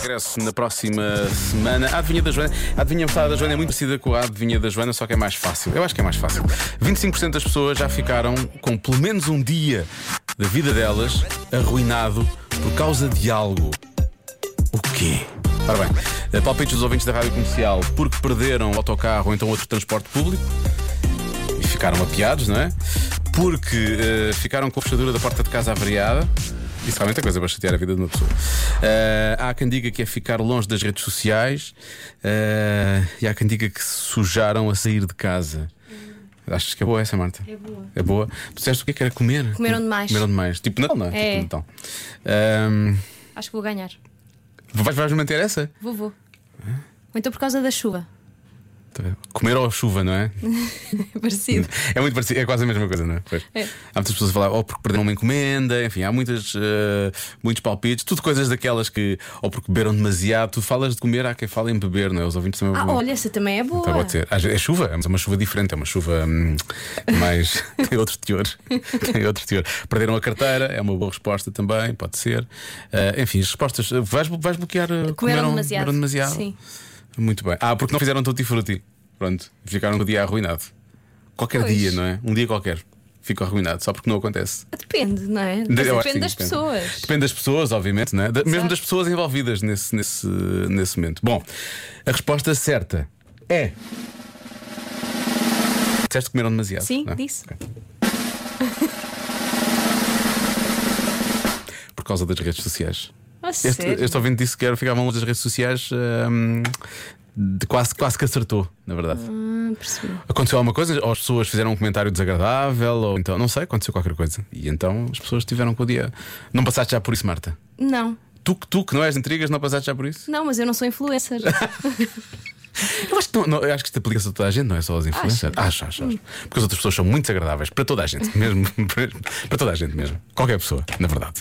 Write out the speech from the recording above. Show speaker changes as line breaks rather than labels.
regresso na próxima semana. A adivinha da Joana, a adivinha moçada da Joana é muito parecida com a adivinha da Joana, só que é mais fácil. Eu acho que é mais fácil. 25% das pessoas já ficaram com pelo menos um dia da vida delas arruinado por causa de algo. O quê? Ora bem, eh, palpites dos ouvintes da rádio comercial porque perderam o autocarro ou então outro transporte público e ficaram apiados, não é? Porque eh, ficaram com a fechadura da porta de casa avariada. Isso realmente é coisa para chatear a vida de uma pessoa. Eh, há quem diga que é ficar longe das redes sociais eh, e há quem diga que se sujaram a sair de casa. Achas que é boa essa, Marta? É boa. É boa. Tu disseste o que é que era comer?
Comeram demais.
Comeram demais. Tipo Natal, não é?
É.
Tipo Natal. Ahm,
Acho que vou ganhar.
vais, vais manter essa?
Vou, vou. Ou então por causa da chuva.
Comer ou chuva, não é?
Parecido.
É muito parecido, é quase a mesma coisa, não é? Pois.
É.
Há muitas pessoas a falar, ou porque perderam uma encomenda, enfim, há muitas, eh, muitos palpites, tudo coisas daquelas que, ou porque beberam demasiado. Tu falas de comer, há quem fala em beber, não é? Os ouvintes também
Ah,
vão-
olha, essa também é boa.
Tá, pode ser. Às vezes É chuva, mas é uma chuva diferente, é uma chuva hum, mais. tem outro teor. Tem outro teor. Perderam a carteira, é uma boa resposta também, pode ser. Eh, enfim, as respostas. eh, Vais, vais bloquear. eh,
Comeram demasiado.
Comeram demasiado.
Sim.
Muito bem. Ah, porque não fizeram tutti frutti. Pronto, ficaram no dia arruinado. Qualquer
Pois.
dia, não é? Um dia qualquer. Fico arruinado, só porque não acontece.
Depende, não é?
Eu acho que
depende
sim,
das pessoas.
Depende das pessoas, obviamente, não é? Da- mesmo
Exato.
das pessoas envolvidas nesse, nesse, nesse momento. Bom, a resposta certa é. Disseste que comeram demasiado.
Sim,
não é?
disse.
Ok. Por causa das redes sociais.
Ah,
Este,
sério?
este ouvinte disse que era- ficavam longe das redes sociais. hum, de- quase, quase que acertou, na verdade.
Ah, percebi.
Aconteceu alguma coisa, ou as pessoas fizeram um comentário desagradável, ou então, não sei, aconteceu qualquer coisa. E então as pessoas tiveram com o dia. Não passaste já por isso, Marta?
Não,
Tu, que- tu que não és de intrigas, não passaste já por isso?
não, mas eu não sou influencer.
Eu acho que, não, não, eu acho que isto aplica-se a toda a gente, não é só aos influencers. Acho, acho, acho. Porque as outras pessoas são muito desagradáveis para toda a gente, mesmo. Para toda a gente mesmo. Qualquer pessoa, na verdade.